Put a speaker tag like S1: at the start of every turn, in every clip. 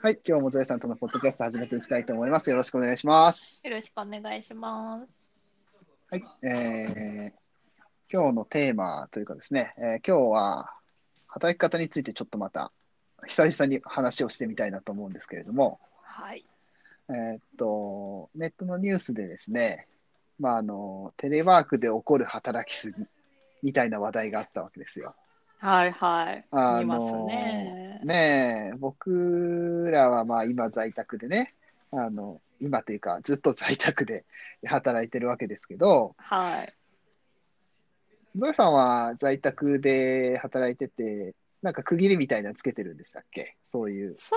S1: はい、今日もゾエさんとのポッドキャスト始めていきたいと思います。よろしくお願いします。
S2: よろしくお願いします。
S1: はい、えー、今日のテーマというかですね、えー今日は働き方についてちょっとまた久々に話をしてみたいなと思うんですけれども、
S2: はい。
S1: えーっと、ネットのニュースでですね、まあ、あの、テレワークで起こる働きすぎみたいな話題があったわけですよ。
S2: はいはい。
S1: あのー
S2: 見ますね。
S1: ねえ、僕らはまあ今在宅でね、あの、今というかずっと在宅で 働いてるわけですけど、
S2: はい。
S1: ゾエさんは在宅で働いてて、なんか区切りみたいなのつけてるんでしたっけそういう。
S2: そ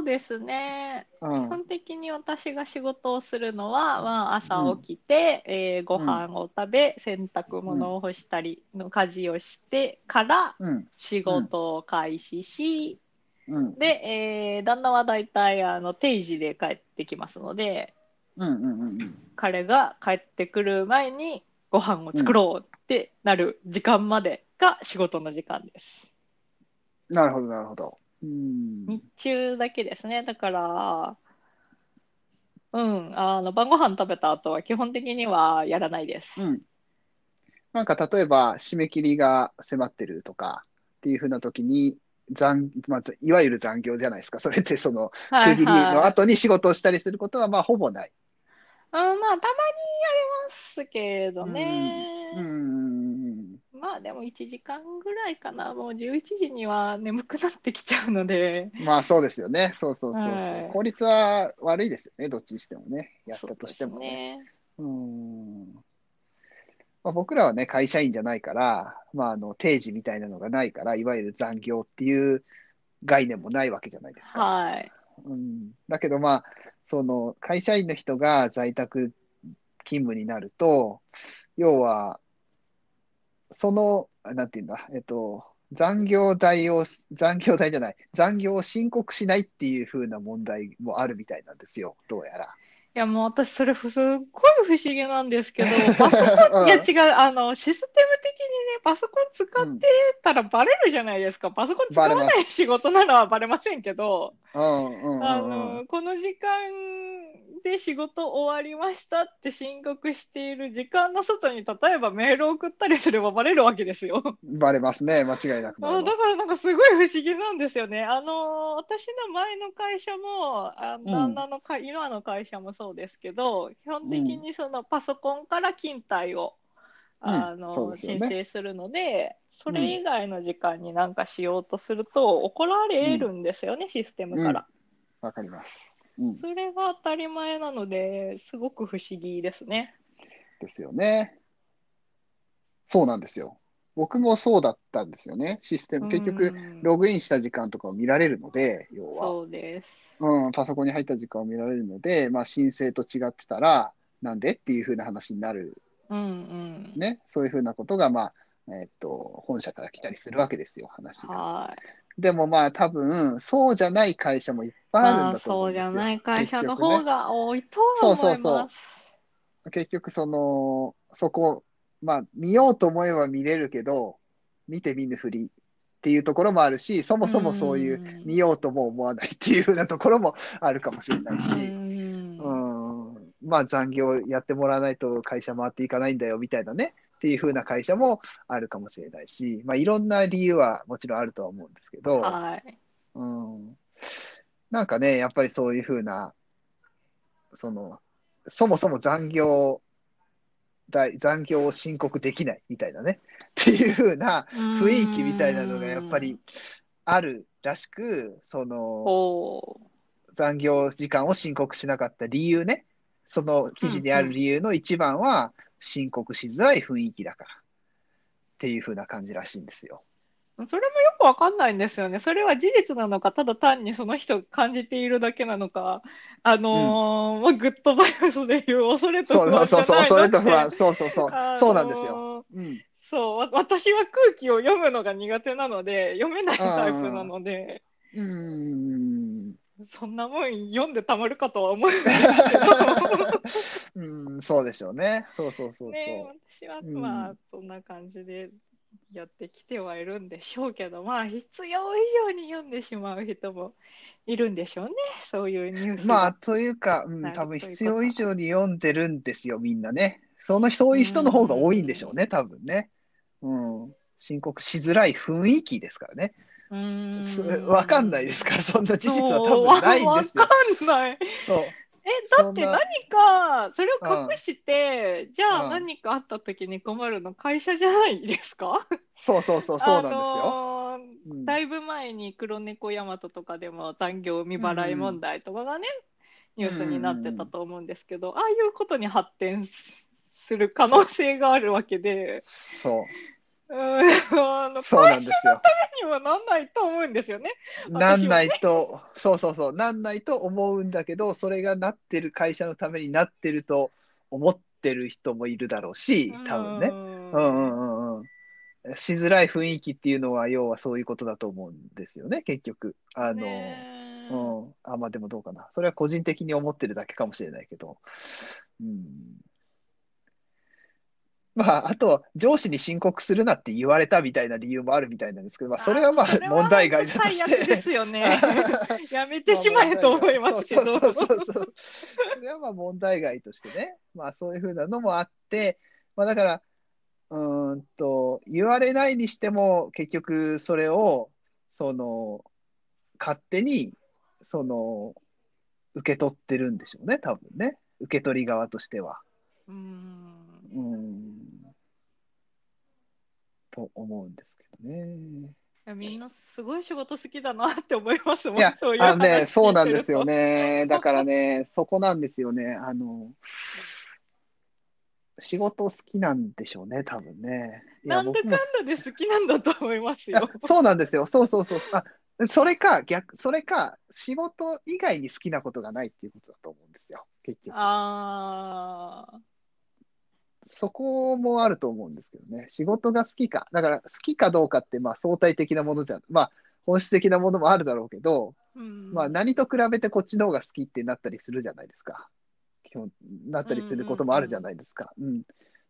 S2: うですね。
S1: えっと、う
S2: 基
S1: ん。
S2: 本的に私が仕事をするのは、まあ、朝起きて、えーご飯を食べ、洗濯物を干したりの家事をしてから
S1: うん。
S2: 仕事を開始し、
S1: うん。
S2: で、えー旦那は大体あの定時で帰ってきますので、
S1: うん。うん。うん。うん。
S2: 彼が帰ってくる前にご飯を作ろうってなる時間までが仕事の時間です。
S1: なるほど、なるほど。うん。
S2: 日中だけですね。だから、うん、あの晩ご飯食べた後は基本的にはやらないです。
S1: うん。なんか例えば締め切りが迫ってるとかっていうふうな時に残、まあ、いわゆる残業じゃないですか。それってその
S2: は
S1: 区切り
S2: い
S1: の
S2: はい。
S1: 後に仕事をしたりすることはまあほぼない。
S2: うん、まあたまにやりますけどね。
S1: うーん。
S2: まあでも1時間ぐらいかな。もう11時には眠くなってきちゃうので。
S1: まあそうですよね。そうそうそうそう
S2: はい
S1: 効率は悪いですよね。どっちにしてもね。やっ
S2: そう
S1: たとしても
S2: です
S1: ね。
S2: ね。
S1: うーん。まあ、僕らはね、会社員じゃないから、まあ、あの、定時みたいなのがないから、いわゆる残業っていう概念もないわけじゃないですか。
S2: はい。
S1: うん、だけどまあ、その会社員の人が在宅勤務になると、要は、その、あなんていうんだ、えっと、残業代を、残業代じゃない、残業を申告しないっていう風な問題もあるみたいなんですよ、どうやら。
S2: いやもう私それふすっごい不思議なんですけ ど、パソコ
S1: うん
S2: ン、いや違う、あの、システム的にね、パソコン使
S1: う
S2: っ
S1: ん
S2: てたらバレるじゃないですか。パソコン使わ
S1: バレ
S2: な
S1: ま
S2: い仕事なのはバレませんけど、
S1: うんうんうん
S2: あ
S1: うん。
S2: の、この時間で仕事終わりましたって申告している時間の外に、例えばメールを送ったりすればバレるわけですよ。
S1: バレますね、間違いなくバレ
S2: あ、
S1: ま
S2: だ
S1: す。
S2: からなんかすごい不思議なんですよね。あのー私の前の会社も、あ
S1: ん
S2: 旦那のか、今の会社もそうですけど、基本的にそのパソコンから勤怠を、
S1: うん
S2: あのー
S1: そうですよね
S2: 申請するので、それ以外の時間になんかしようとすると、怒られるんですよね、システムから。
S1: わかります。うん、
S2: それが当たり前なので、すごく不思議ですね。
S1: ですよね。そうなんですよ。僕もそうだったんですよね。システム、結局、
S2: うん
S1: ログインした時間とかを見られるので、要は、
S2: そうです。
S1: うん、パソコンに入った時間を見られるので、まあ、申請と違ってたら、なんでっていう風な話になる、
S2: うんうん。
S1: ね、そういう風なことが、まあえっと本社から来たりするわけですよ、話が。
S2: はい。
S1: でもまあ、多分そうじゃない会社もいっぱいあるんだと思うんですよ。
S2: まあ、そうじゃない会社の
S1: 結局
S2: 方
S1: ね
S2: が多いとは思います。
S1: そうそう結局その、そこ、まあ、見ようと思えば見れるけど、見て見ぬふりっていうところもあるし、そもそもそういう
S2: う
S1: 見ようとも思わないっていうふうなところもあるかもしれないし、
S2: ん
S1: う。ん、まあ残業やってもらわないと会社回っていかないんだよみたいなね、っていうふうな会社もあるかもしれないし、まあいろんな理由はもちろんあるとは思うんですけど、
S2: はい。
S1: うん、なんかね、やっぱりそういうふうな、その、そもそも残業代、残業を申告できないみたいなね、っていうふうな雰囲気みたいなのがやっぱり。あるらしく、その、
S2: お
S1: 残業時間を申告しなかった理由ね、その記事にある理由の一番は、申告しづらい雰囲気だから、っていうふうな感じらしいんですよ。
S2: それもよくわかんないんですよね。それは事実なのか、ただ単にその人が感じているだけなのか、あのーまあ、グッドバイブスでいう恐れと
S1: そう
S2: 不
S1: そうそう
S2: 安じゃ
S1: そう、
S2: ない
S1: それ
S2: の
S1: と
S2: っ
S1: 不
S2: て
S1: 安、そうそうそう、
S2: あのー
S1: そうなんですよ。うん
S2: そう、わ私は空気を読むのが苦手なので、読めないタイプなので、
S1: うー ん、
S2: そんなもん読んでたまるかとは思うんですけど。
S1: うーん、そうでしょうね。そうそうそうそう。
S2: ね、私は
S1: うん
S2: まあそんな感じでやってきてはいるんでしょうけど、まあ、必要以上に読んでしまう人もいるんでしょうね、そういうニュース
S1: まあ、
S2: が。
S1: というか、う、
S2: なんる
S1: 多分
S2: という
S1: 必要以上に読んでるんですよ、みんなね。その、そういう人の方が多いんでしょうね、多分ね。うん。申告しづらい雰囲気ですからね。
S2: うーん
S1: すわかんないですから、そんな事実は
S2: そう
S1: 多分ないんですよ
S2: わ。かんない。
S1: そう。
S2: え、だ
S1: そ
S2: っ
S1: ん
S2: て
S1: な
S2: 何か、それを隠して、じゃ
S1: う
S2: あ
S1: ん
S2: 何かあった時に困るの会社じゃないですか
S1: そうそうそう、そうなんですよ。
S2: あのー
S1: うん
S2: だいぶ前に黒猫大和とかでも残業未払い問題とかがね、ニュースになってたと思うんですけど、ああいうことに発展すする可能性があるわけで、
S1: そう
S2: ーん、あの、
S1: う、そうなんですよ。
S2: にはなんないと思うんですよね。
S1: なんないと、そうそうそう、なんないと思うんだけど、それがなってる会社のためになってると思ってる人もいるだろうし、多分ね。う
S2: ね。
S1: んうんうんうん。しづらい雰囲気っていうのは、要はそういうことだと思うんですよね、結局。あの、
S2: ね
S1: う
S2: え
S1: ん。あ、まあでもどうかな。それは個人的に思ってるだけかもしれないけど。うん。まあ、あと、上司に申告するなって言われたみたいな理由もあるみたいなんですけど、まあ、それはまあ
S2: それは
S1: 問題外だとし
S2: 最悪で
S1: て。
S2: すよ ね。やめてしまえと思いますけど。
S1: そうそうそうそう。それはまあ問題外としてね。まあそういうふうなのもあって、まあだから、うーんと、言われないにしても、結局それを、その、勝手に、その、受け取ってるんでしょうね、多分ね。受け取り側としては。
S2: うーん
S1: うーん。と思うんですけどね。
S2: いやみんなすごい仕事好きだなって思いますもん。
S1: いや、
S2: そういう
S1: あのね、
S2: 話
S1: そうなん
S2: 聞いて
S1: で
S2: る
S1: す
S2: と
S1: よね。だからね、 そこなんですよね。あの、仕事好きなんでしょうね、多分ね。いや
S2: なんだかんだで好きなんだと思います
S1: 僕も
S2: よ。
S1: あそうなんですよ。そうそうそう。あ、それか、逆、それか、仕事以外に好きなことがないっていうことだと思うんですよ。結局。
S2: ああ。
S1: そこもあると思うんですけどね。仕事が好きか。だから、好きかどうかって、まあ、相対的なものじゃん。まあ、本質的なものもあるだろうけど、
S2: うん
S1: まあ、何と比べてこっちの方が好きってなったりするじゃないですか。基本、なったりすることもあるじゃないですか。うん。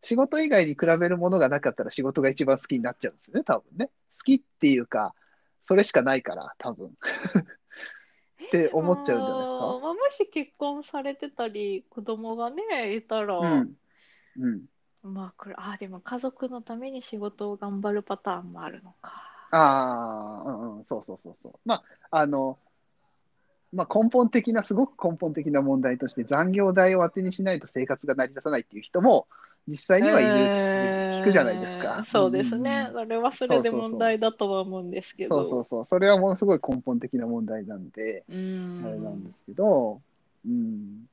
S1: 仕事以外に比べるものがなかったら仕事が一番好きになっちゃうんですよね、多分ね。好きっていうか、それしかないから、多分。って思っちゃうんじゃないです
S2: あ
S1: か
S2: ーまあ、もし結婚されてたり、子供がね、いたら、。
S1: うん。うん。
S2: まあ、これ、ああ、でも家族のために仕事を頑張るパターンもあるのか。
S1: ああ、うんうん、そうそうそうそう。まあ、あの、まあ、根本的な、すごく根本的な問題として、残業代を当てにしないと生活が成り立たないっていう人も、実際にはいるって聞くじゃないですか。
S2: えーそうですね。
S1: うん
S2: それはそれで
S1: そうそうそう
S2: 問題だとは思うんですけ
S1: そ
S2: ど。
S1: うそうそう。それはものすごい根本的な問題なんで、
S2: うー
S1: あ
S2: ん
S1: れなんですけど、うん。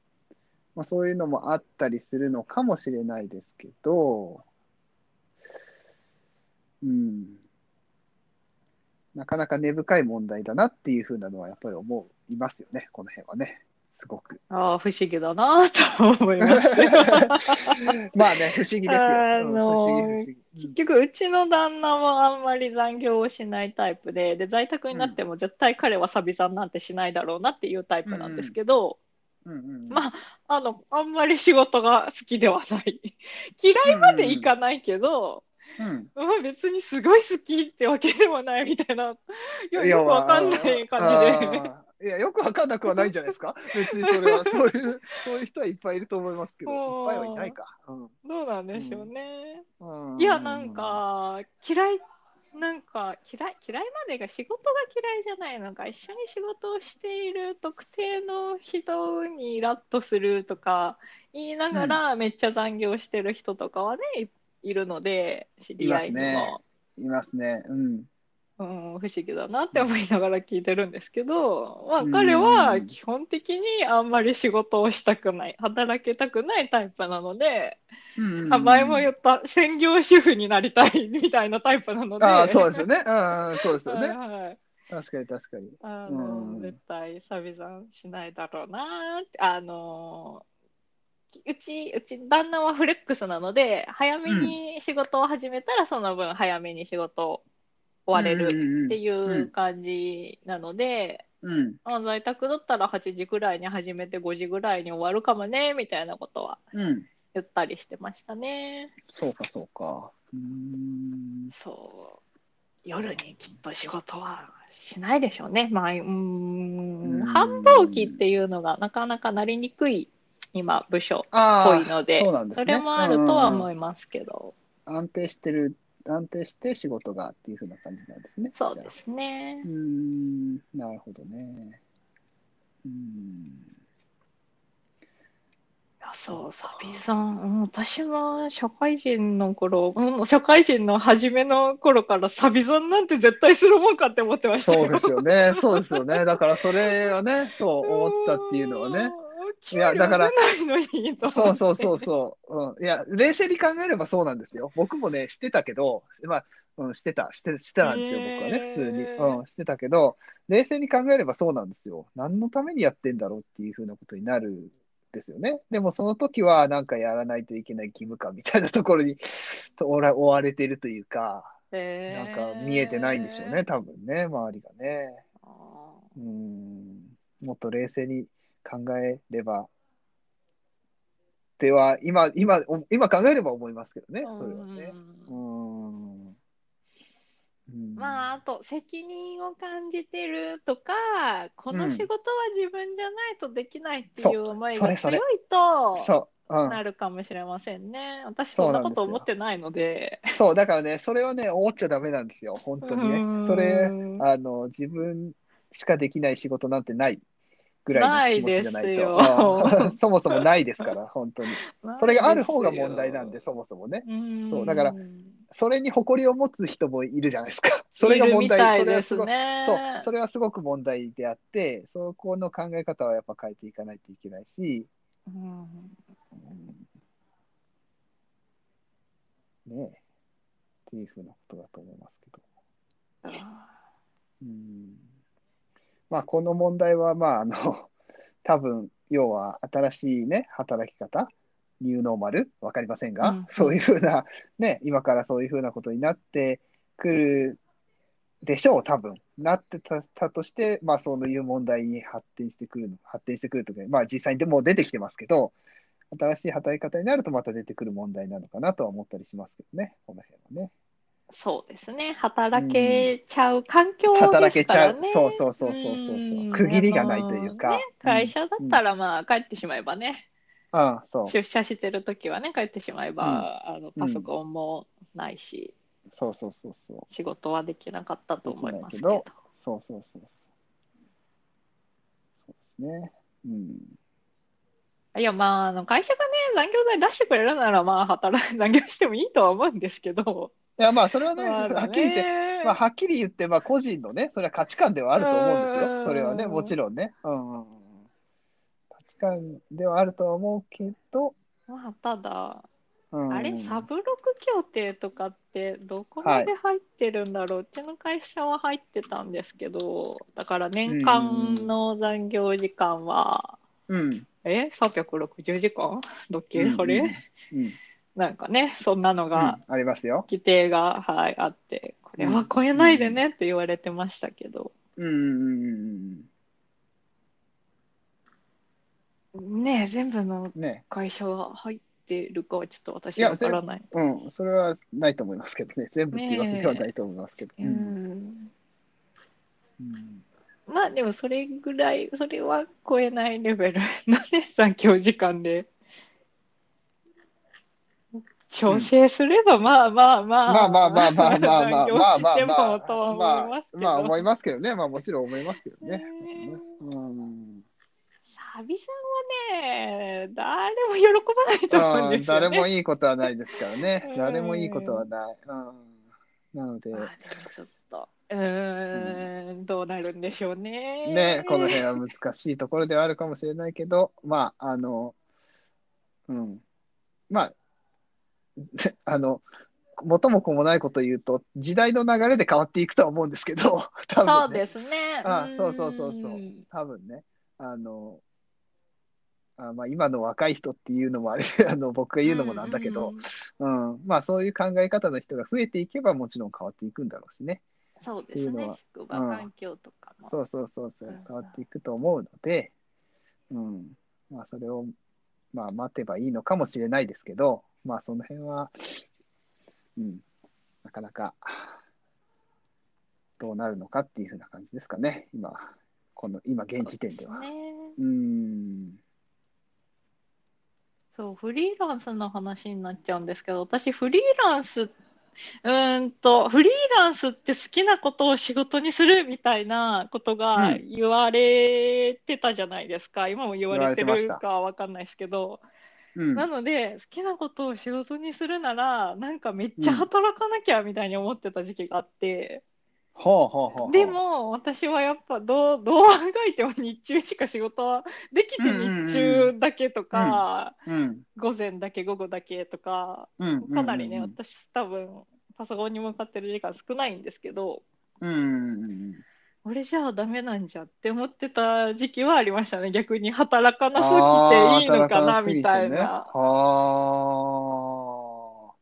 S1: まあ、そういうのもあったりするのかもしれないですけど、うん。なかなか根深い問題だなっていうふうなのはやっぱり思いますよね、この辺はね。すごく。
S2: ああ、不思議だなぁと思い ます よ。
S1: まあね、不思議ですよ。
S2: あ
S1: うん
S2: の
S1: 不
S2: ー
S1: 思議、不思
S2: 結局、うちの旦那もあんまり残業をしないタイプで、で、在宅になっても絶対彼はサビさんなんてしないだろうなっていうタイプなんですけど、
S1: 議。うんうんうん
S2: まあの、あんまり仕事が好きではない。 嫌いまでいかないけど、
S1: うん
S2: まあ別にすごい好きってわけでもないみたいな、よ、よ
S1: 要
S2: くわ
S1: は
S2: かんない感じで。
S1: あーいや、よくわかんなくはないんじゃないです か。別にそれは、そういう、そういう人はいっぱいいると思いますけど、い
S2: お
S1: っ
S2: ー
S1: ぱいはいないか。う
S2: どうなんでしょうね。
S1: ん。
S2: いや、なん。か、嫌い、なんか、嫌い、嫌いまでが仕事が嫌いじゃないのか、一緒に仕事をしている特定の人にイラッとするとか言いながら、めっちゃ残業してる人とかはね、いいるので、知り合いに
S1: いますね
S2: も。
S1: いますね。うん。
S2: うん、不思議だなって思いながら聞いてるんですけど、まあ
S1: うん
S2: 彼は基本的にあんまり仕事をしたくない、働きたくないタイプなので、あ前も言
S1: っ
S2: った専業主婦になりたい みたいなタイプなので、
S1: ああ、そうですよね。うん、そうですよ
S2: は
S1: ね。
S2: いはい
S1: 確かに、確かに。
S2: あの、
S1: うん
S2: 絶対サビさんしないだろうなーって、あのーうち、うち、旦那はフレックスなので、早めに仕事を始めたら、その分早めに仕事を終われる
S1: る
S2: っていううん感じなので、
S1: うん。うん
S2: まあ在宅だったら8時ぐらいに始めて5時ぐらいに終わるかもね、みたいなことは
S1: うん。
S2: 言ったりしてましたね。
S1: そうか、そうか。うーん
S2: そう夜にきっと仕事はしないでしょうね、まあ、うーん
S1: うん
S2: 繁忙期っていうのがなかなかなりにくい今部署っぽ
S1: あ
S2: い
S1: あ、
S2: ので
S1: そうなんですね
S2: れもあるとは
S1: うん
S2: 思いますけど、
S1: 安定してる、安定して仕事がっていうふうな感じなんですね。
S2: そう
S1: じゃ
S2: で
S1: あ。
S2: すね
S1: うーん、なるほどね。うーん。
S2: いやそうサビさん、うん、私も社会人の頃、うん、社会人の初めの頃からサビさんなんて絶対するもんかって思ってました
S1: そう
S2: よ
S1: ですよね、そうですよね。だからそれをね、そう思ったっていうのはね。
S2: い
S1: いやだから
S2: ないのにと
S1: そうそうそうそう、うん。いや、冷静に考えればそうなんですよ。僕もね、してたけど、まあ、うん、してた、して、してたんですよ、
S2: へー
S1: 僕はね、普通に。うん、してたけど、冷静に考えればそうなんですよ。何のためにやってんだろうっていうふうなことになるんですよね。でも、その時は、なんかやらないといけない義務感みたいなところに、と追わ追われてるというか、な
S2: なん
S1: か見えてないんでしょうね、。多分ね、周りがね。
S2: あ
S1: うーんもっと冷静に考えれば、では、今、今、お今考えれば思いますけどね、
S2: ー
S1: それはね。うー
S2: うん
S1: ん。うん
S2: まあ、あと責任を感じてるとか、こ
S1: う
S2: の
S1: ん
S2: 仕事は自分じゃないとできないって
S1: そ
S2: いう思い
S1: そ
S2: が
S1: れそ
S2: 強
S1: れ
S2: いと
S1: そう、うん。
S2: なるかもしれませんね。私
S1: そ
S2: そ
S1: うんなん
S2: な
S1: ですよ
S2: こと思ってないので。
S1: そう、だからね、それはね、思っちゃダメなんですよ、本当に
S2: う
S1: ね。
S2: ん
S1: それ、あの、自分しかできない仕事なんてないぐらいの気持ちじゃないと。
S2: ないです
S1: う
S2: よ
S1: ん そもそもないですから、本当に。それがある方が問題なんで、そもそもね。
S2: うん。
S1: そうだからそれに誇りを持つ人もいるじゃないですか。それが問題、 それ
S2: いるみたいで
S1: はす
S2: す
S1: ごい
S2: ね。
S1: そう、それはすごく問題であって、そこの考え方はやっぱ変えていかないといけないし、
S2: うん
S1: うんねえ、っていうふうなことだと思いますけど。うんまあ、この問題は、まあ、あの、 多分、要は新しいね、働き方、ニューノーマル、わかりませんが、
S2: うん
S1: そういうふうな、ね、今からそういうふうなことになってくるでしょう、多分。なってた、たとして、まあ、そういう問題に発展してくるの、発展してくるとか、まあ、実際にでもう出てきてますけど、新しい働き方になるとまた出てくる問題なのかなとは思ったりしますけどね、この辺はね。
S2: そうですね。働けちゃう環境ですからね。
S1: 働けちゃう。そうそうそうそうそうそう。
S2: ん
S1: 区切りがないというか。
S2: あのね会社だったらまあ帰ってしまえばね、
S1: うん。ああ、そう。
S2: 出社してる時はね帰ってしまえば、あのパソコンもないし、
S1: そうそうそうそう。
S2: 仕事はできなかったと思いますけ
S1: で
S2: ど
S1: きそうそうそうそう。そうですね。うん。
S2: いやまああの会社がね残業代出してくれるならまあ働い 残業してもいいとは思うんですけど、
S1: いや、まあ、それはね、
S2: まあ
S1: はっきり言って、
S2: ね
S1: まあ、はっきり言って、まあ、個人のね、それは価値観ではあると思うんです
S2: う
S1: よ。
S2: ん
S1: それはね、もちろんね。うんうんうん。価値観ではあるとは思うけど、
S2: まあただ
S1: うん、
S2: あれ、サブロク協定とかってどこまで入ってるんだろう、うちの会社は入ってたんですけど、だから年間の残業時間は、
S1: うん。
S2: え、360時間だっけ、
S1: うんうん
S2: あれ
S1: うん。
S2: なんかね、そんなのが、
S1: うんありますよ。
S2: 規定が、はい、あって、これは超えないでねって言われてましたけど、
S1: うんうんうんうん
S2: ねえ、全部の
S1: うん。ね。
S2: 会社は入ってるかはちょっと
S1: い
S2: 私
S1: や
S2: わからない。
S1: うん。それはないと思いますけどね。全部っていうわけではないと思いますけど。
S2: う。ん
S1: うん
S2: まあでもそれぐらい、それは超えないレベルのね、残業時間で。調整すれば、まあまあまあ、
S1: まあまあまあまあまあまあまあまあまあ
S2: 残業してもとは思いますけど。
S1: まあ思いますけどね。まあもちろん思いますけどね。
S2: ね
S1: うん。
S2: サビさんはね、誰も喜ばないと思うん
S1: う
S2: で
S1: ん
S2: すよね。
S1: 誰もいいことはないですからね
S2: う。ん
S1: 誰もいいことはない。うん。なので
S2: ま、あでもちょっと、うーん、どうなるんでしょうね。
S1: ね、この辺は難しいところではあるかもしれないけど、 まあ、あの、うん。まあ、あ の、元も子もないこと言うと、時代の流れで変わっていくとは思うんですけど、 多
S2: そ
S1: 分
S2: う
S1: ね。
S2: ですね。
S1: あ
S2: ん
S1: そうそうそうそう多分ね、あの、あまあ、今の若い人っていうのもあれ あの僕が言うのもなんだけど、
S2: うう
S1: うんまあ、そういう考え方の人が増えていけばもちろん変わっていくんだろうしね。
S2: そう
S1: っ
S2: で
S1: てい
S2: す
S1: うの
S2: ね
S1: は。
S2: 職場環境とかも。、
S1: そうそうそうそううん変わっていくと思うので、うん、まあ、それを、まあ、待てばいいのかもしれないですけど、まあ、その辺は、ううん、なかなか、どうなるのかっていうふうな感じですかね、今、この、今、現時点では。
S2: そうすね
S1: うーん、
S2: そう、フリーランスの話になっちゃうんですけど、私、フリーランス、うーんと、フリーランスって好きなことを仕事にするみたいなこと
S1: う
S2: が
S1: ん
S2: 言われてたじゃないですか。今も言われて
S1: 言われて
S2: る
S1: ました
S2: かわかんないですけど。
S1: うん、
S2: なので、好きなことを仕事にするなら、なんかめっちゃ働かなきゃみたいに思ってた時期があって、
S1: ほうほうほうほう。
S2: でも私はやっぱどう、どうあがいても日中しか仕事はできて
S1: うんうんうん
S2: 日中だけとか、
S1: うん、
S2: 午前だけ午後だけとか、
S1: うん、うん、うん
S2: かなりね、
S1: うん
S2: 私多分パソコンに向かってる時間少ないんですけど、
S1: うん、うんうん、
S2: 俺じゃあダメなんじゃって思ってた時期はありましたね。逆に働かなす
S1: あ
S2: ぎていいの
S1: ー
S2: か
S1: 働
S2: な
S1: すぎ
S2: み
S1: て
S2: たい
S1: ね
S2: な。
S1: は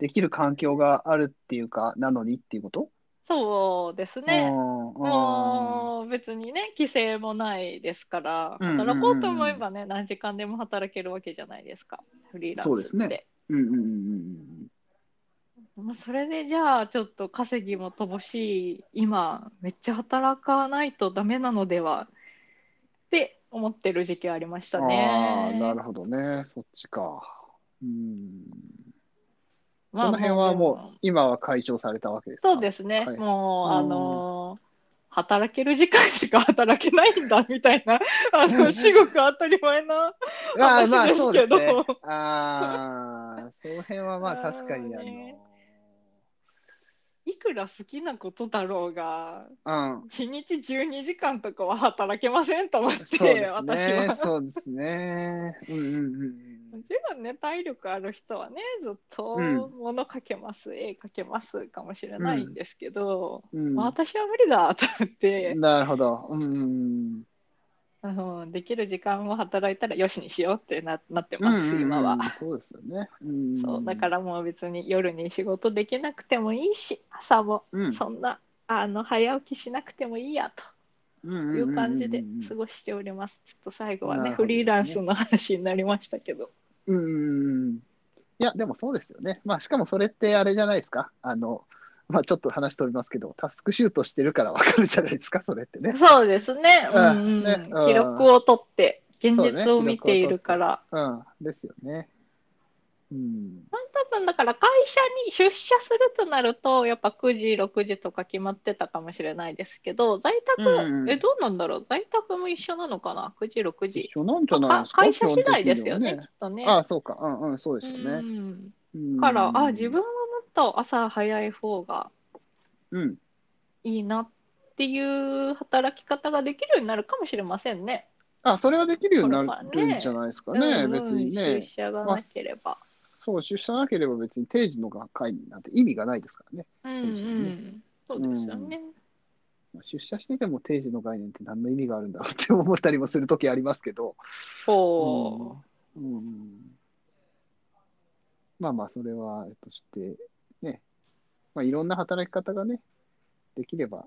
S1: ーできる環境があるっていうか、なのにっていうこと
S2: そうです
S1: うん
S2: ね。
S1: うん
S2: もう別にね、規制もないですから、
S1: うんうんうんうん
S2: 働こうと思えばね、何時間でも働けるわけじゃないですか。フリーランスって。
S1: そうですねうんうんうん
S2: まあそれでじゃあちょっと稼ぎも乏しい今めっちゃ働かないとダメなのではって思ってる時期ありまし
S1: う
S2: た
S1: ん。ああ、
S2: ね。
S1: なるほどね。そっちか。うん。
S2: まあ
S1: その辺は
S2: まあ
S1: も
S2: ま
S1: う、今は解消されたわけです
S2: あ
S1: か
S2: そうですね。
S1: はい
S2: もう
S1: うん
S2: あのー働ける時間しか働けないんだみた いなあの至極当たり前な。
S1: ああ、まあ、
S2: 話です
S1: そうですね
S2: け。
S1: ああ、その辺はまあ、
S2: あー
S1: 確かに、あの、
S2: ねいくら好きなことだろうが
S1: うん。
S2: 1日12時間とかは働けませんと思って
S1: そうです
S2: 私
S1: ね。
S2: は。
S1: そうですね。うんうんうんう
S2: も
S1: ん。
S2: ちろんね、体力ある人はね、ずっと
S1: うん
S2: 物かけます、絵かけますかもしれないんですけど、
S1: うん
S2: まあ、私は無理だと思って、
S1: なるほど。うんうん
S2: あの、できる時間を働いたらよしにしようってな、なって
S1: うん。うん
S2: ま
S1: う
S2: す、
S1: んうん
S2: 今は。。
S1: そうですよね。うん。
S2: そう、だか、らもう別に夜に仕事できなくてもいいし、朝も
S1: うん。
S2: そんな、あの早起きしなくてもいいやとい
S1: いう
S2: 感じで過ごしております。ちょっと最後はね、フリーランスの話になりましたけど。
S1: うんうんうん。いや、でもそうですよね。まあ、しかもそれってあれじゃないですか。あの、まあ、ちょっと話飛びますけど、タスクシュートしてるからわかるじゃないですか、それってね。
S2: そうですね。う
S1: うん
S2: んうん
S1: ねうん
S2: 記録を取って、現実を見ているから。
S1: うん。ですよね。うん。
S2: 多分だから会社に出社するとなると、やっぱ9時、6時とか決まってたかもしれないですけど、在宅、
S1: うんうん
S2: え、どうなんだろう在宅も一緒なのかな ?9 時、6時。
S1: 一緒なんじゃ
S2: ま
S1: な
S2: あ
S1: いです
S2: か
S1: か。
S2: 会社次第ですよ
S1: 基
S2: ね、き
S1: 本
S2: っと
S1: 的
S2: ね。
S1: にはね。ああ、そうか。うんうん、そうですよ
S2: う
S1: ね。
S2: ん。
S1: うん
S2: から、あ、自分はもっと朝早い方が
S1: うん。
S2: いいなっていう働き方ができるようになるかもしれませんね。
S1: あ、それはできるようにな
S2: これ
S1: る
S2: はね
S1: んじゃないですかね、
S2: うんうん
S1: 別にね
S2: 出。社がなければ。
S1: そう、出社なければ別に定時の会になんて意味がないですからね。
S2: うん
S1: そうですよね
S2: うん、そうですよね。
S1: まあ出社してても定時の概念って何の意味があるんだろうって思ったりもするときありますけ ど、
S2: そう
S1: うんうんまあまあ、それは、えっとして、ね、まあ、いろんな働き方がね、できれば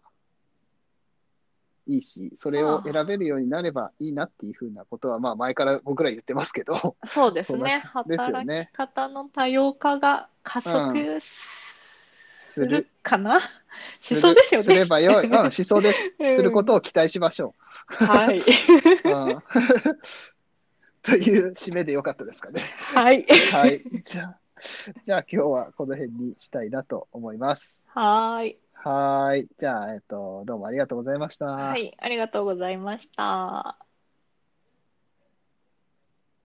S1: いいし、それを選べるようになればいいなっていうふうなことは、まあ、前から僕ら言ってますけど、
S2: そうですね。
S1: そうですよ
S2: 働
S1: ね
S2: き方の多様化が加
S1: う
S2: 速
S1: す
S2: す
S1: る
S2: るかな、し
S1: る
S2: そうですよね
S1: すればよい。うん、思想です。 することを期待しましょ
S2: うん。は い。
S1: う。うんという締めでよかったですかね。
S2: はい。
S1: はい。じゃあ、じゃあ今日はこの辺にしたいなと思います。
S2: はーい。
S1: はーい。じゃあ、えっと、どうもありがとうございました。
S2: はい。ありがとうございました。